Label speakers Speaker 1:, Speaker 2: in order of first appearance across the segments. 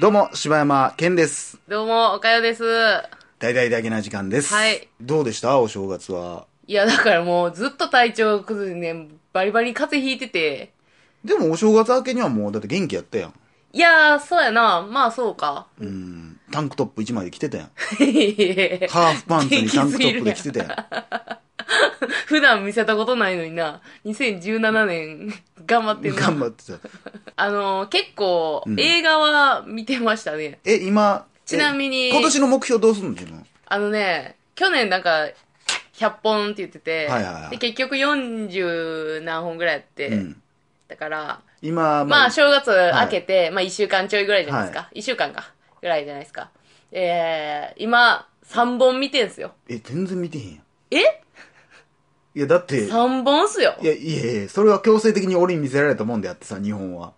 Speaker 1: どうも、柴山健です。
Speaker 2: どうも、おかよです。
Speaker 1: 大々だけな時間です。
Speaker 2: はい
Speaker 1: どうでしたお正月は。
Speaker 2: いや、だからもうずっと体調崩れてね、バリバリに風邪ひいてて。
Speaker 1: でも、お正月明けにはもう、だって元気やったやん。
Speaker 2: いやー、そうやな。まあ、そうか。
Speaker 1: うん。タンクトップ1枚で着てたやん。
Speaker 2: へへへ
Speaker 1: ハーフパンツにタンクトップで
Speaker 2: 元気
Speaker 1: 着
Speaker 2: す
Speaker 1: て
Speaker 2: ぎ
Speaker 1: た
Speaker 2: る
Speaker 1: やん。
Speaker 2: 普段見せたことないのにな。2017年、頑張ってんな。
Speaker 1: 頑張ってた。
Speaker 2: あのー、結構、
Speaker 1: うん
Speaker 2: 映画は見てましたね。
Speaker 1: え、今、え
Speaker 2: ちなみに
Speaker 1: 今年の目標どうすんの自分。
Speaker 2: あのね、去年なんか、100本って言ってて、
Speaker 1: はいはいはい
Speaker 2: で結局40何本ぐらいやって、
Speaker 1: うん。
Speaker 2: だから、
Speaker 1: 今、
Speaker 2: まあ、
Speaker 1: ょ
Speaker 2: 正月明けて、まあ、一週間ちょいぐらいじゃないです
Speaker 1: は
Speaker 2: か。一、週間か。ぐらいじゃないですか。えー、今、三本見てんすよ。
Speaker 1: え、全然見てへんやん。
Speaker 2: え
Speaker 1: いや、だって、いや、
Speaker 2: 三本っすよ。
Speaker 1: いやいや、それは強制的に俺に見せられたもんであってさ、日本は。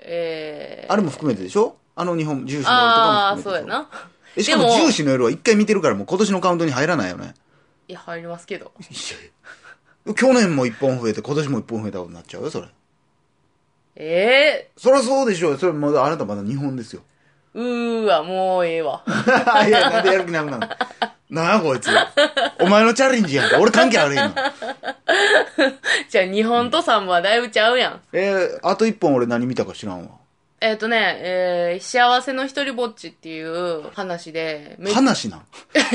Speaker 2: えー、
Speaker 1: あれも含めてでしょあの日本、重視の夜と
Speaker 2: あ
Speaker 1: かも
Speaker 2: ー、そう
Speaker 1: 含め
Speaker 2: や
Speaker 1: てでしょ。え、しか
Speaker 2: な。
Speaker 1: も
Speaker 2: でも
Speaker 1: 重視の夜は一回見てるからもう今年のカウントに入らないよね。
Speaker 2: いや、入りますけど。
Speaker 1: いや 去年も1本増えて今年も1本増えたことになっちゃうよそれ
Speaker 2: え
Speaker 1: そりゃそうでしょうよそれまだあなたまだ日本です よ
Speaker 2: ー、うーわ、もうえ えわ。
Speaker 1: いやなんでやる気なくなるのなあこいつお前のチャレンジやんか俺関係あれへんの
Speaker 2: じゃあ、二本と三本はだいぶちゃうやん。
Speaker 1: えー、あと1本俺何見たか知らんわ
Speaker 2: えっ、とね、えー、幸せの一人ぼっちっていう話で、めっちゃ
Speaker 1: 話なん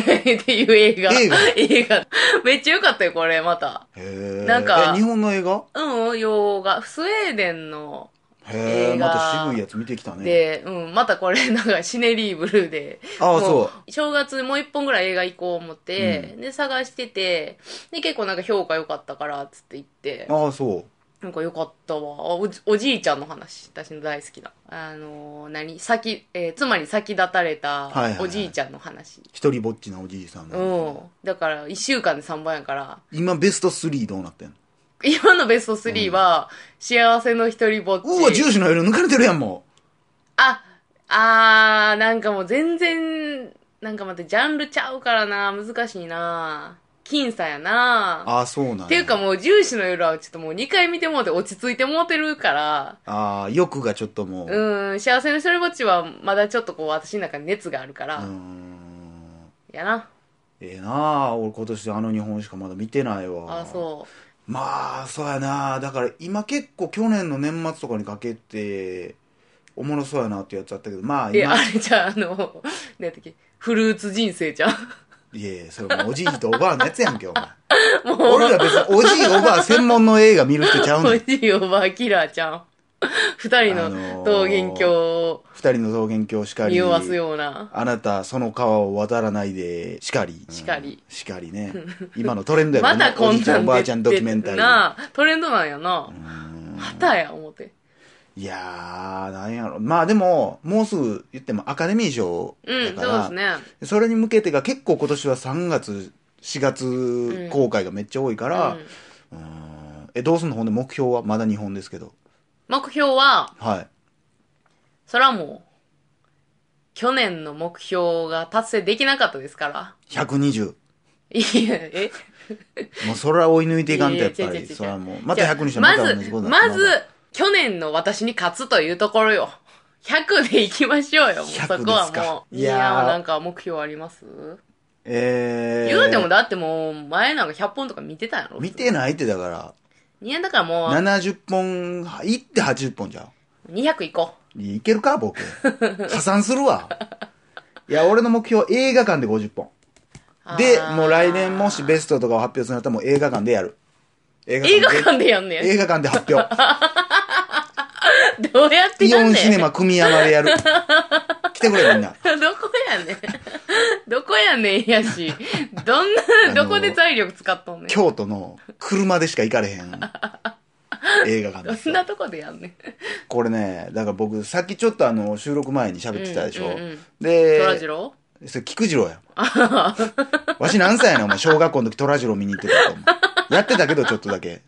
Speaker 1: へ
Speaker 2: っていう映画。
Speaker 1: 映画
Speaker 2: 映画。めっちゃ良かったよ、これ、また。
Speaker 1: え
Speaker 2: なんか
Speaker 1: え日本の映画
Speaker 2: うん、洋画。スウェーデンの、
Speaker 1: へえ
Speaker 2: 映
Speaker 1: ま
Speaker 2: 画
Speaker 1: た渋いやつ見てきたね
Speaker 2: で、うん、またこれ、なんかシネリーブルーで。
Speaker 1: ああ
Speaker 2: も。
Speaker 1: そう
Speaker 2: 正月もう一本ぐらい映画行こう思って、で、探してて、で、結構なんか評価良かったから、つって言って
Speaker 1: う、ああそ
Speaker 2: なんか良かったわ。おじおじいちゃんの話。私の大好きな。あのー、何先、えーつまり先立たれた
Speaker 1: はいはいはい
Speaker 2: おじいちゃんの
Speaker 1: う
Speaker 2: 話。
Speaker 1: 一人ぼっちなおじいさんの、
Speaker 2: うん。だから、一週間で3本やから、
Speaker 1: 今ベスト3どうなってんの
Speaker 2: 今のベスト3は、幸せの一人ぼっち。
Speaker 1: うわ重視の夜抜かれてるやんも
Speaker 2: あ、あー、なんかもう全然、なんか待って、ジャンルちゃうからな、難しいな。僅差や
Speaker 1: う
Speaker 2: な。
Speaker 1: ああそうなんや
Speaker 2: っていうかもう、重視の夜はちょっともう2回見てもうて落ち着いてもうてるから、
Speaker 1: ああ欲がちょっともう、
Speaker 2: うん、幸せの一人ぼっちはまだちょっとこう、私の中に熱があるか
Speaker 1: う
Speaker 2: ら
Speaker 1: ー、ん
Speaker 2: やな。
Speaker 1: ええなあ俺今年あの日本しかまだ見てないわ
Speaker 2: あー、そう
Speaker 1: まあそうやなだから今結構去年の年末とかにかけておもろそうやなってやつあったけどまあ
Speaker 2: う。え、あ
Speaker 1: 今
Speaker 2: れじゃあ、あの、 なんだっけ、フルーツ人生じゃん。
Speaker 1: いやいやそれもうおじいとおばあのやつやんけ お前
Speaker 2: もう、
Speaker 1: 俺ら別におじいおばあ専門の映画見る人ちゃう
Speaker 2: お
Speaker 1: ねん
Speaker 2: じいおばあキラーちゃん。二人
Speaker 1: あのー
Speaker 2: の桃源郷を
Speaker 1: 二人の桃源郷しかり
Speaker 2: 見終わすような。
Speaker 1: あなたその川を渡らないでしかり
Speaker 2: しかり
Speaker 1: うんしかりね今のトレンドや
Speaker 2: ま
Speaker 1: な
Speaker 2: たこ
Speaker 1: お
Speaker 2: ん
Speaker 1: じいち
Speaker 2: な
Speaker 1: ゃ
Speaker 2: ん
Speaker 1: んおばあちゃんドキュメンタリー
Speaker 2: なあトレンドなんやな。
Speaker 1: うん
Speaker 2: またや、思って。
Speaker 1: いやー、なんやろ。まあでも、もうすぐ言ってもアカデミー賞
Speaker 2: う
Speaker 1: だ
Speaker 2: ん、
Speaker 1: か
Speaker 2: そうで
Speaker 1: ら、
Speaker 2: すね。
Speaker 1: それに向けてが結構今年は3月、4月
Speaker 2: ん
Speaker 1: 公開がめっちゃ多いから、
Speaker 2: うん
Speaker 1: うーんえ、どうすんのほんで目標はまだ日本ですけど。
Speaker 2: 目標は、
Speaker 1: はい。
Speaker 2: そらもう、去年の目標が達成できなかったですから。
Speaker 1: 120。
Speaker 2: いや、え
Speaker 1: もうそれは追い抜いていかんとやっぱ
Speaker 2: いやいや違
Speaker 1: り、
Speaker 2: う違う違う
Speaker 1: それはもう、また100にしたら
Speaker 2: ま
Speaker 1: また同
Speaker 2: ず
Speaker 1: じこ、とだ
Speaker 2: まず、去年の私に勝つというところよ。100で行きましょうよ、もうそ
Speaker 1: 100
Speaker 2: こは
Speaker 1: ですか
Speaker 2: もう。
Speaker 1: い
Speaker 2: い
Speaker 1: やー
Speaker 2: やー、なんか目標あります
Speaker 1: えー、
Speaker 2: 言うてもだってもう、前なんか100本とか見てたんやろ
Speaker 1: 見てないってだから、
Speaker 2: いや、だからもう、
Speaker 1: 70本、いって80本じゃん。
Speaker 2: 200行こ
Speaker 1: いけるか、 ボケ。破産するわ。いや、俺の目標、映画館で50本。
Speaker 2: う。
Speaker 1: で
Speaker 2: あ、ー
Speaker 1: もう来年もしベストとかを発表するんだったらもう映画館でやる。映
Speaker 2: 映画
Speaker 1: で
Speaker 2: 館でやんねん。
Speaker 1: 映画館で発 表。
Speaker 2: どうやって
Speaker 1: イ
Speaker 2: や
Speaker 1: オ
Speaker 2: ん
Speaker 1: ンシネ
Speaker 2: ねん。
Speaker 1: マ組山で やる。来てくれみんな。
Speaker 2: どこやねん。どこやねんやし。どん
Speaker 1: あの
Speaker 2: な、どこで財力使っとんねん。
Speaker 1: 京都の車でしか行かれへん映画館です
Speaker 2: どんなとこでやんねん。
Speaker 1: これね、だから僕さっきちょっとあの収録前に喋ってたでしょ。
Speaker 2: うんうんうん虎次
Speaker 1: で、
Speaker 2: 郎
Speaker 1: それ菊次 郎や。わし何歳やねんお前小学校の時虎次郎見に行ってたと思う。やってたけどちょっとだけ。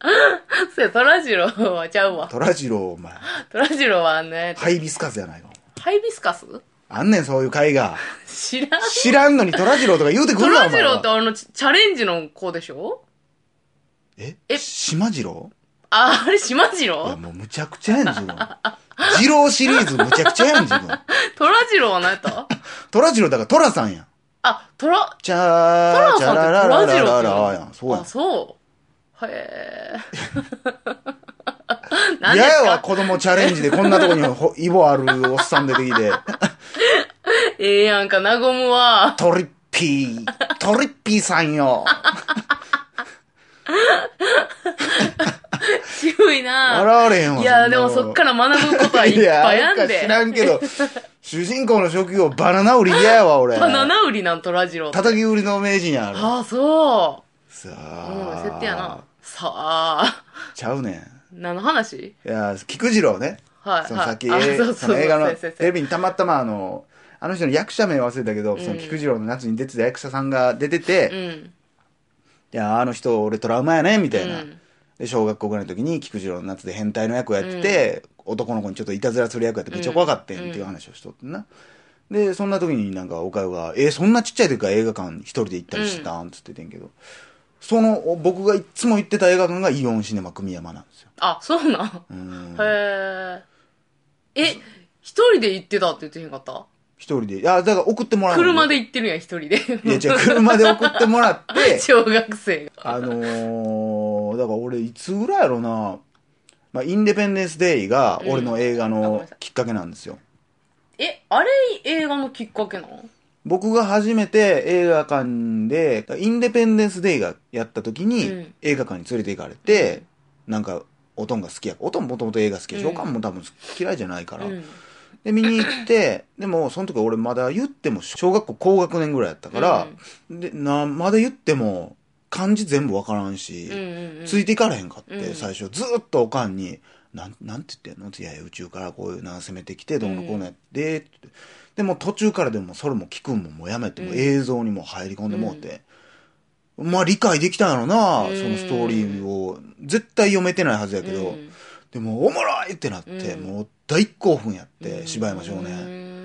Speaker 2: そや、虎次郎はちゃうわ。
Speaker 1: 虎次郎お前、
Speaker 2: 虎次郎はね、
Speaker 1: ハイビスカスやないか。
Speaker 2: ハイビスカス
Speaker 1: あんねんそういう会が。
Speaker 2: 知らん。
Speaker 1: 知らんのに虎次郎とか言うてくるわ、
Speaker 2: 虎
Speaker 1: お前
Speaker 2: 次郎って
Speaker 1: は。
Speaker 2: あの、チチャレンジの子でしょ
Speaker 1: え
Speaker 2: え
Speaker 1: 島次郎
Speaker 2: あ、あれ、島次
Speaker 1: いや、
Speaker 2: 郎
Speaker 1: もうむちゃくちゃやん、自分。二郎シリーズむちゃくちゃやん、自分。
Speaker 2: トラジローは何やった
Speaker 1: トラジローだからトラさんやん。
Speaker 2: あ、トラ、
Speaker 1: チャー、
Speaker 2: トラ
Speaker 1: チャ
Speaker 2: さんって
Speaker 1: ララ
Speaker 2: ト
Speaker 1: ラ
Speaker 2: ラジ
Speaker 1: ラ
Speaker 2: ロー
Speaker 1: ラ
Speaker 2: って
Speaker 1: ラ
Speaker 2: 言
Speaker 1: やん。そうや
Speaker 2: あ、
Speaker 1: ん。
Speaker 2: そう。 へえ。何で
Speaker 1: 嫌
Speaker 2: す
Speaker 1: やわ、
Speaker 2: か
Speaker 1: 子供チャレンジでこんなとこにほイボあるおっさん出てき て。
Speaker 2: ええやんか、なごむわ。
Speaker 1: トリッピー、トリッピーさんよ。
Speaker 2: 渋いな。
Speaker 1: 笑われへんわ。
Speaker 2: いや、でもそっからら学ぶことはいっぱいあんで
Speaker 1: 知。らんけ ど、主人公の職業バナナ売り嫌やわ、俺。
Speaker 2: バナナ売りなん、トラジローって。
Speaker 1: 叩き売りの名人やあれ。
Speaker 2: ああ、そ
Speaker 1: さ
Speaker 2: う。
Speaker 1: あ。
Speaker 2: うん、設定やな。さあ。
Speaker 1: ちゃうねん。
Speaker 2: 何の話
Speaker 1: いや、菊次郎ね。
Speaker 2: はい。
Speaker 1: その
Speaker 2: はい
Speaker 1: さっき、
Speaker 2: あそうそう
Speaker 1: その映画の
Speaker 2: そうそうそう
Speaker 1: テレビにたまたまあの、あの人の役者名忘れたけど、
Speaker 2: ん
Speaker 1: その菊次郎の夏に出てた役者さんが出てて、
Speaker 2: う
Speaker 1: い
Speaker 2: ん。
Speaker 1: や、あの人俺トラウマやね、みたいな。
Speaker 2: うん
Speaker 1: で、小学校ぐらいの時に菊次郎の夏で変態の役をやってて、男の子にちょっといたずらする役やってめっちゃ怖かったんっていう話をしとってな。で、そんな時になんか、おかゆが、えそんなちっちゃい時から映画館一人で行ったりしてたんつっててんけど、その、お僕がいっつも行ってた映画館がイオンシネマ組山なんですよ。
Speaker 2: あ、そうなん。
Speaker 1: うん。
Speaker 2: へえ。え、一人で行ってたって言ってへんかった
Speaker 1: 一人で。いや、だから送ってもらうの
Speaker 2: 車で行ってるやん、一人で。
Speaker 1: いや、じゃ車で送ってもらっ て、
Speaker 2: 小学生が。
Speaker 1: あのー、だから俺、いつぐらいやろな、まあ、インデペンデンス・デイが俺の映画
Speaker 2: うんあごめんな
Speaker 1: の
Speaker 2: さい
Speaker 1: きっかけなんですよ。
Speaker 2: え、あれ映画のきっかけなの
Speaker 1: 僕が初めて映画館で、インデペンデンス・デイがやった時に、
Speaker 2: うん
Speaker 1: 映画館に連れて行かれて、なんか、おとんが好きや。おとんもともと映画好きやし、
Speaker 2: うん
Speaker 1: おかんも多分嫌いじゃないから。
Speaker 2: うん。
Speaker 1: で、見に行って、でも、その時俺まだ言っても、小学校高学年ぐらいやったから、で、な、まだ言っても、漢字全部わからんし、
Speaker 2: うんうんうん。
Speaker 1: ついていかれへんかって、
Speaker 2: うん
Speaker 1: 最初ずーっとおかんに「なんなんて言ってんの?」って「いやいや宇宙からこういうな攻めてきてどうのこうのやって」ってでも途中からでもそれも聞くんももうやめて、もう
Speaker 2: うん
Speaker 1: 映像にも入り込んでもうて、まあ理解できたんやろな、
Speaker 2: うん
Speaker 1: そのストーリーを絶対読めてないはずやけど、
Speaker 2: うん
Speaker 1: でもおもろいってなって、
Speaker 2: うん
Speaker 1: もう大興奮やって芝山少年、
Speaker 2: うん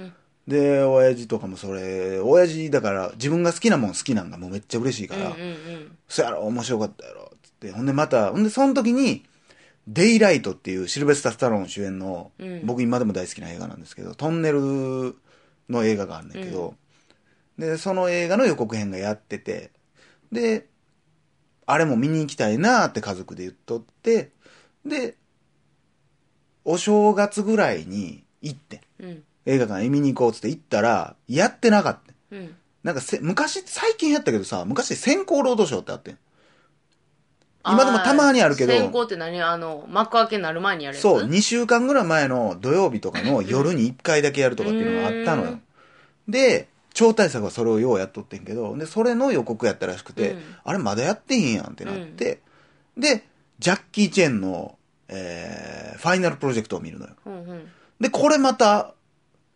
Speaker 1: で親父とかもそれ親父だから自分が好きなもん好きなんがもうめっちゃ嬉しいから、
Speaker 2: うんうん
Speaker 1: そうやろ、面白かったやろ、つって。ほんでまた、ほんでその時に、デイライトっていうシルベスタ・スタローン主演の、
Speaker 2: うん
Speaker 1: 僕今でも大好きな映画なんですけど、トンネルの映画があるんだけど、で、その映画の予告編がやってて、で、あれも見に行きたいなーって家族で言っとって、で、お正月ぐらいに行って、
Speaker 2: うん
Speaker 1: 映画館へ見に行こうっつって行ったら、やってなかった。
Speaker 2: うん
Speaker 1: なんかせ、昔、最近やったけどさ、昔先行労働省ってあってん。今でもたまにあるけど
Speaker 2: ー先行って何あの、幕開けになる前にやるやつ
Speaker 1: そう、2週間ぐらい前の土曜日とかの夜に1回だけやるとかっていうのがあったの
Speaker 2: う
Speaker 1: よ
Speaker 2: ん。
Speaker 1: で、超大作はそれをようやっとってんけど、で、それの予告やったらしくて、
Speaker 2: うん
Speaker 1: あれまだやってんやんってなって、で、ジャッキー・チェンの、えー、ファイナルプロジェクトを見るのよ。
Speaker 2: うんうん。
Speaker 1: で、これまた、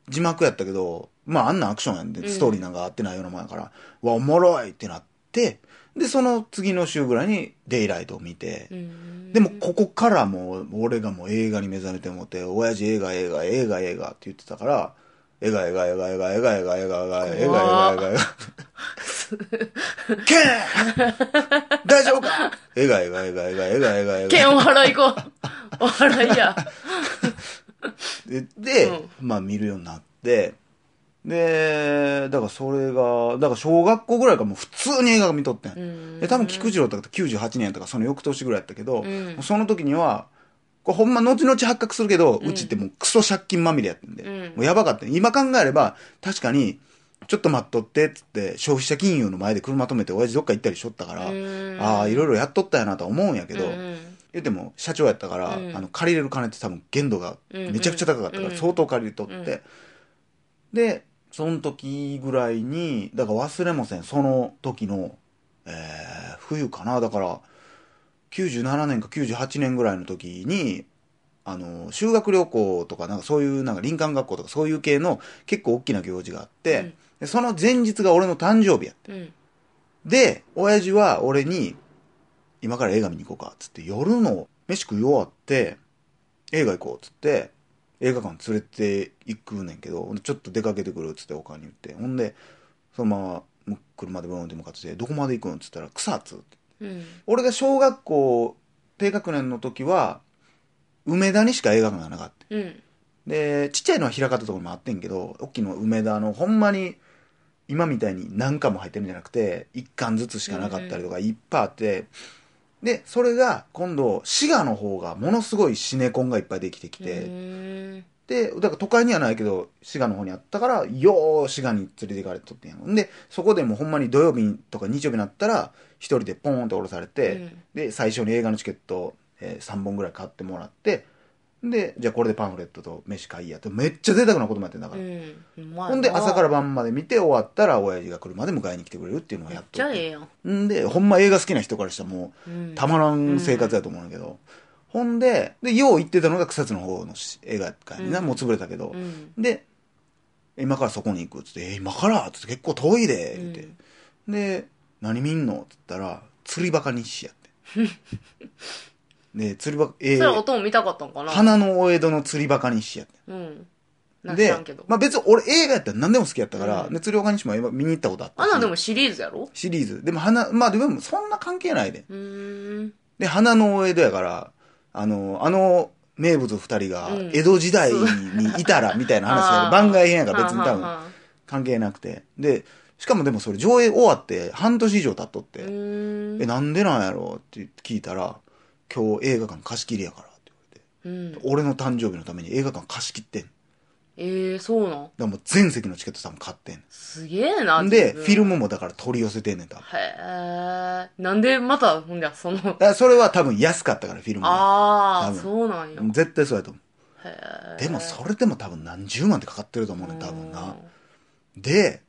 Speaker 1: 字幕やったけど、まああんなアクションやん
Speaker 2: う
Speaker 1: で、
Speaker 2: ん
Speaker 1: ストーリーなんか合ってないようなもんやから、うわ、おもろいってなって、で、その次の週ぐらいに、デイライトを見て
Speaker 2: う、ん
Speaker 1: でも、ここからもう、俺がもう映画に目覚めて思って、親父映画映画映画映画って言ってたから、映画映画映画映画映画映画映画映画映画映画映 画映画ケン大丈夫か映画映画映画映画映画映画映画
Speaker 2: 剣お笑い 行こう。お笑いや。
Speaker 1: で、で
Speaker 2: うん
Speaker 1: まあ見るようになって、で、だからそれが、だから小学校ぐらいからもう普通に映画見とってん。
Speaker 2: ん
Speaker 1: で、多分菊次郎とか98年とかその翌年ぐらいやったけど、
Speaker 2: うん
Speaker 1: その時には、これほんま後々発覚するけど、うんちってもうクソ借金まみれやってんで、
Speaker 2: うん
Speaker 1: もうやばかった。今考えれば、確かに、ちょっと待っとって、つって、消費者金融の前で車止めて親父どっか行ったりしとったから、
Speaker 2: うん
Speaker 1: ああ、いろいろやっとったやなとは思うんやけ
Speaker 2: け
Speaker 1: ど、言っても社長やったから、
Speaker 2: うん
Speaker 1: あの借りれる金って多分限度がめちゃくちゃ高かったか
Speaker 2: うん
Speaker 1: ら
Speaker 2: うん
Speaker 1: 相当借りとって、
Speaker 2: うん
Speaker 1: でその時ぐらいにだから忘れませんその時の、えー冬かなだから97年か98年ぐらいの時にあの修学旅行とかなんかそういうなんか林間学校とかそういう系の結構大きな行事があって、
Speaker 2: うん
Speaker 1: でその前日が俺の誕生日や
Speaker 2: うん。
Speaker 1: で、親父は俺に、今から映画見に行こうか、つって、夜の飯食い終わって、映画行こう、つって、映画館連れて行くねんけど、ほんでちょっと出かけてくる、つって、おかんに言って。ほんで、そのままむ、車でブーンって向かってて、どこまで行くんつったら、草津って。
Speaker 2: うん。
Speaker 1: 俺が小学校低学年の時は、梅田にしか映画館がなかった。
Speaker 2: うん。
Speaker 1: で、ちっちゃいのは平方とかにもあってんけど、大きいのは梅田の、ほんまに、今みたいに何巻も入ってるんじゃなくて、1巻ずつしかなかったりとか、いっぱいあって、で、それが、今度、滋賀の方が、ものすごいシネコンがいっぱいできてきて、
Speaker 2: うん
Speaker 1: で、だから都会にはないけど、滋賀の方にあったから、よー滋賀に連れて行かれとってんやん。で、そこでもうほんまに土曜日とか日曜日になったら、一人でポーンと降ろされて、
Speaker 2: うん
Speaker 1: で、最初に映画のチケット、え3本ぐらい買ってもらって、で、じゃあこれでパンフレットと飯買いやと、めっちゃ贅沢なこともやってんだから。
Speaker 2: うんまあ
Speaker 1: ほんで、朝から
Speaker 2: めっ
Speaker 1: 晩まで見て終わったら、親父が来るまで迎えに来てくれるっていうのをやっ
Speaker 2: ち
Speaker 1: と
Speaker 2: ゃえ
Speaker 1: い
Speaker 2: えやん、
Speaker 1: て。んで、ほんま映画好きな人からしたらもう、
Speaker 2: うん
Speaker 1: たまらん生活やと思うんだけど、ほんででよう行ってたのが草津の方のし映画館にな、
Speaker 2: うん
Speaker 1: もう潰れたけど
Speaker 2: う、ん
Speaker 1: で今からそこに行くっつって「え今から?」っつって「結構遠いで」言って、で「何見んの?」っつったら「釣りバカ日誌」やって で釣りバカえ
Speaker 2: それは
Speaker 1: ー、
Speaker 2: 音も見たかったんかな
Speaker 1: 花のお江戸の釣りバカ日誌やって
Speaker 2: うんなんか知
Speaker 1: で
Speaker 2: らんけど、
Speaker 1: まあ、別に俺映画やったら何でも好きやったから、
Speaker 2: うん
Speaker 1: で釣りバカ日誌も今見に行ったことあった
Speaker 2: あんなんでもシリーズやろ
Speaker 1: シリーズでも花まあでもそんな関係ないで
Speaker 2: うーん
Speaker 1: で、花のお江戸やから、あの、あの名物二人が
Speaker 2: うん
Speaker 1: 江戸時代にいたらみたいな話だ けど、番外編やから別に多
Speaker 2: はあは
Speaker 1: 分
Speaker 2: あはあ
Speaker 1: 関係なくて。で、しかもでもそれ上映終わって半年以上経っとっ
Speaker 2: う
Speaker 1: て、
Speaker 2: ーん
Speaker 1: え、なんでなんやろうって聞いたら、今日映画館貸し切りやからって
Speaker 2: うん
Speaker 1: 言われて、俺の誕生日のために映画館貸し切ってん。だか
Speaker 2: ええそうなん
Speaker 1: らもう全席のチケット多分買ってん。
Speaker 2: すげえな
Speaker 1: で、
Speaker 2: 自
Speaker 1: フ
Speaker 2: 分
Speaker 1: ィルムもだから取り寄せてんねん、多分。
Speaker 2: へえなんでまたほんじゃその
Speaker 1: だからそれは多分安かったから、フィルムが。
Speaker 2: あ
Speaker 1: 多
Speaker 2: あ
Speaker 1: 分
Speaker 2: そうなんや
Speaker 1: 絶対そうやと思う。
Speaker 2: へえ
Speaker 1: でもそれでも多分何十万ってかかってると思うねん多分な。で、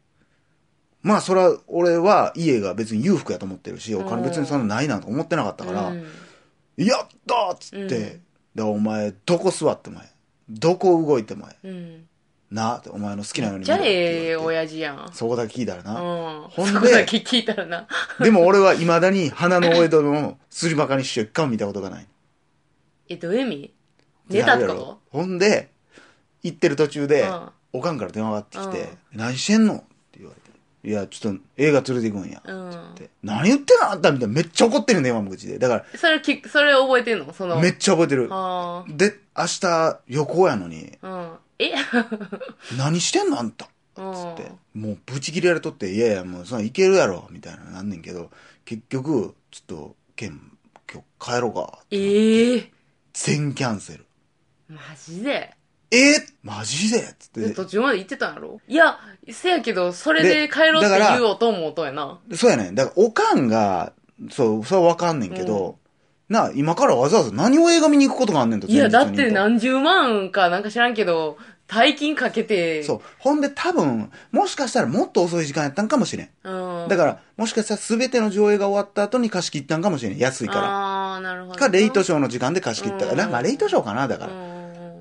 Speaker 1: まあそれは俺は家が別に裕福やと思ってるし、お金別にそんなないなんて思ってなかった
Speaker 2: だ
Speaker 1: から、やったーっつって、
Speaker 2: うん
Speaker 1: だからお前どこ座ってもええ。どこ動いてもえ
Speaker 2: うん
Speaker 1: え。なってお前の好きなように見
Speaker 2: じゃ
Speaker 1: ろ
Speaker 2: あええ
Speaker 1: って言われて
Speaker 2: 親父やん
Speaker 1: そこだけ聞いたらな。
Speaker 2: うん
Speaker 1: ほんで
Speaker 2: そこだけ聞いたらな
Speaker 1: でも俺は未だに花のお江戸のすりばかにしよっか見たことがない。
Speaker 2: えどういう意味寝たって
Speaker 1: な
Speaker 2: こ
Speaker 1: るや
Speaker 2: と
Speaker 1: ろほんで、行ってる途中で、
Speaker 2: うん
Speaker 1: おかんから電話がかかってきて、何してんのって言われて。いや、ちょっと映画連れて行くんや。
Speaker 2: うん
Speaker 1: って何言ってんのあんたみたいな。めっちゃ怒ってるね、今も口で。だか
Speaker 2: それきそれ覚えてんのそ
Speaker 1: ら、
Speaker 2: の
Speaker 1: めっちゃ覚えてる。
Speaker 2: あ
Speaker 1: で、明日旅行やのに、
Speaker 2: あうんえ
Speaker 1: 何してんのあんた。
Speaker 2: う
Speaker 1: つ
Speaker 2: ん
Speaker 1: って。もうブチ切れられとって、いやいや、もうそんなんいけるやろ、みたいななんねんけど、結局、ちょっと、ケン、今日帰ろうか。
Speaker 2: ええ
Speaker 1: 全キャンセル。
Speaker 2: マジで
Speaker 1: えマジでつって。
Speaker 2: で途中まで行ってたんやろいや、せやけど、それで帰ろう
Speaker 1: で
Speaker 2: っ
Speaker 1: だ
Speaker 2: て
Speaker 1: から
Speaker 2: 言う音も音やな。
Speaker 1: そうやねん。だから、おかんが、そう、それはわかんねんけど、なあ、今からわざわざ何を映画見に行くことがあんねんと。
Speaker 2: いや、
Speaker 1: 前
Speaker 2: だ
Speaker 1: 日
Speaker 2: っ
Speaker 1: に
Speaker 2: て何十万かなんか知らんけど、大金かけて、
Speaker 1: そう。ほんで多分、もしかしたらもっと遅い時間やったんかもしれん。
Speaker 2: うん。
Speaker 1: だから、もしかしたら全ての上映が終わった後に貸し切ったんかもしれん。安いか
Speaker 2: ああ、なるほど
Speaker 1: ら。
Speaker 2: な。
Speaker 1: か、レイトショーの時間で貸し切った
Speaker 2: う
Speaker 1: か
Speaker 2: ん
Speaker 1: ら。まあ、レイトショーかな、だから。
Speaker 2: うん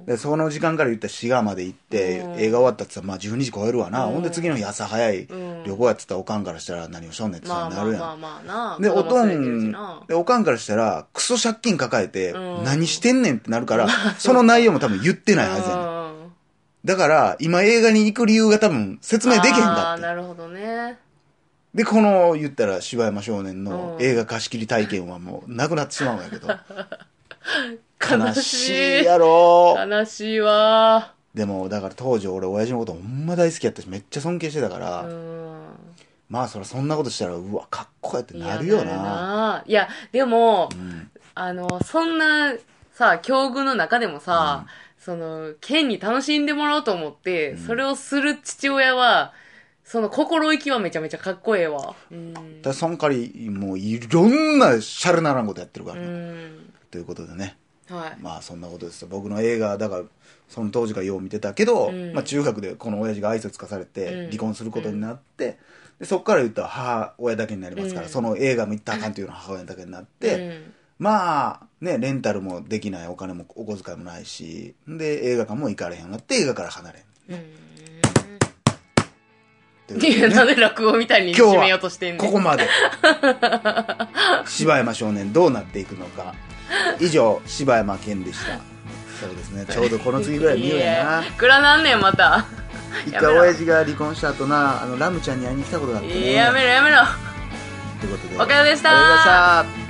Speaker 1: で、その時間から言ったら滋賀まで行って
Speaker 2: うん、
Speaker 1: 映画終わったって言ったら、まあ12時超えるわな。
Speaker 2: うん
Speaker 1: ほんで次の日朝早い
Speaker 2: うん
Speaker 1: 旅行やってたらおかんからしたら何をしとんねんって
Speaker 2: ま
Speaker 1: そ
Speaker 2: あ
Speaker 1: うな
Speaker 2: まあ
Speaker 1: る
Speaker 2: ま
Speaker 1: や
Speaker 2: あ
Speaker 1: ん。
Speaker 2: まあな。
Speaker 1: で、
Speaker 2: 子
Speaker 1: お
Speaker 2: 供
Speaker 1: と
Speaker 2: 連れてるし
Speaker 1: ん
Speaker 2: な、
Speaker 1: で、おかんからしたら、クソ借金抱えて、
Speaker 2: うん
Speaker 1: 何してんねんってなる から、その内容も多分言ってないはずやねん。
Speaker 2: うん
Speaker 1: だから、今映画に行く理由が多分説明できへん
Speaker 2: あ
Speaker 1: か
Speaker 2: あ、
Speaker 1: って。
Speaker 2: なるほどね。
Speaker 1: で、この、言ったら、柴山少年の
Speaker 2: うん
Speaker 1: 映画貸し切り体験はもう、なくなってしまうんやけ ど。
Speaker 2: 悲
Speaker 1: 悲し
Speaker 2: し
Speaker 1: い
Speaker 2: い。
Speaker 1: やろ
Speaker 2: 悲しいわ。
Speaker 1: でも、だから当時俺、親父のことほんま大好きやったし、めっちゃ尊敬してたか
Speaker 2: う
Speaker 1: ら、
Speaker 2: ん。
Speaker 1: まあ、そらそんなことしたら、うわ、かっこええって
Speaker 2: い
Speaker 1: な
Speaker 2: や
Speaker 1: るよ
Speaker 2: る
Speaker 1: な。
Speaker 2: いや、でも、
Speaker 1: うん。
Speaker 2: あの、そんな、さ、境遇の中でもさ、その、県に楽しんでもらおうと思って、
Speaker 1: うん
Speaker 2: それをする父親は、その心意気はめちゃめちゃかっこええわ。うん。
Speaker 1: だからそんかり、もう、いろんな、シャレならんことやってるから
Speaker 2: う
Speaker 1: ね。
Speaker 2: ん。
Speaker 1: ということでね。
Speaker 2: はい。
Speaker 1: まあそんなことですよ僕の映画だからその当時からよう見てたけど、
Speaker 2: うん
Speaker 1: まあ、中学でこの親父が挨拶化されて
Speaker 2: うん
Speaker 1: 離婚することになって、でそこから言ったら母親だけになりますから、
Speaker 2: うん
Speaker 1: その映画も行ったらあかんというのは母親だけになって、
Speaker 2: うん、
Speaker 1: まあねレンタルもできないお金もお小遣いもないしで映画館も行かれへんようになって映画から離れん
Speaker 2: うん。
Speaker 1: という
Speaker 2: いや、なんで落語みたいに
Speaker 1: 今日
Speaker 2: 締
Speaker 1: は
Speaker 2: めようとしてんの
Speaker 1: ここ まで柴山少年どうなっていくのか以上柴山健でしたそうですねちょうどこの次ぐらい見ようやな
Speaker 2: いくらなんねん、また。
Speaker 1: 一
Speaker 2: や
Speaker 1: 回
Speaker 2: めろ
Speaker 1: 親父が離婚した後なあのラムちゃんに会いに来たことがあってね
Speaker 2: やめろ、やめろ。
Speaker 1: ということで
Speaker 2: お疲れ様でした
Speaker 1: ありがとうございました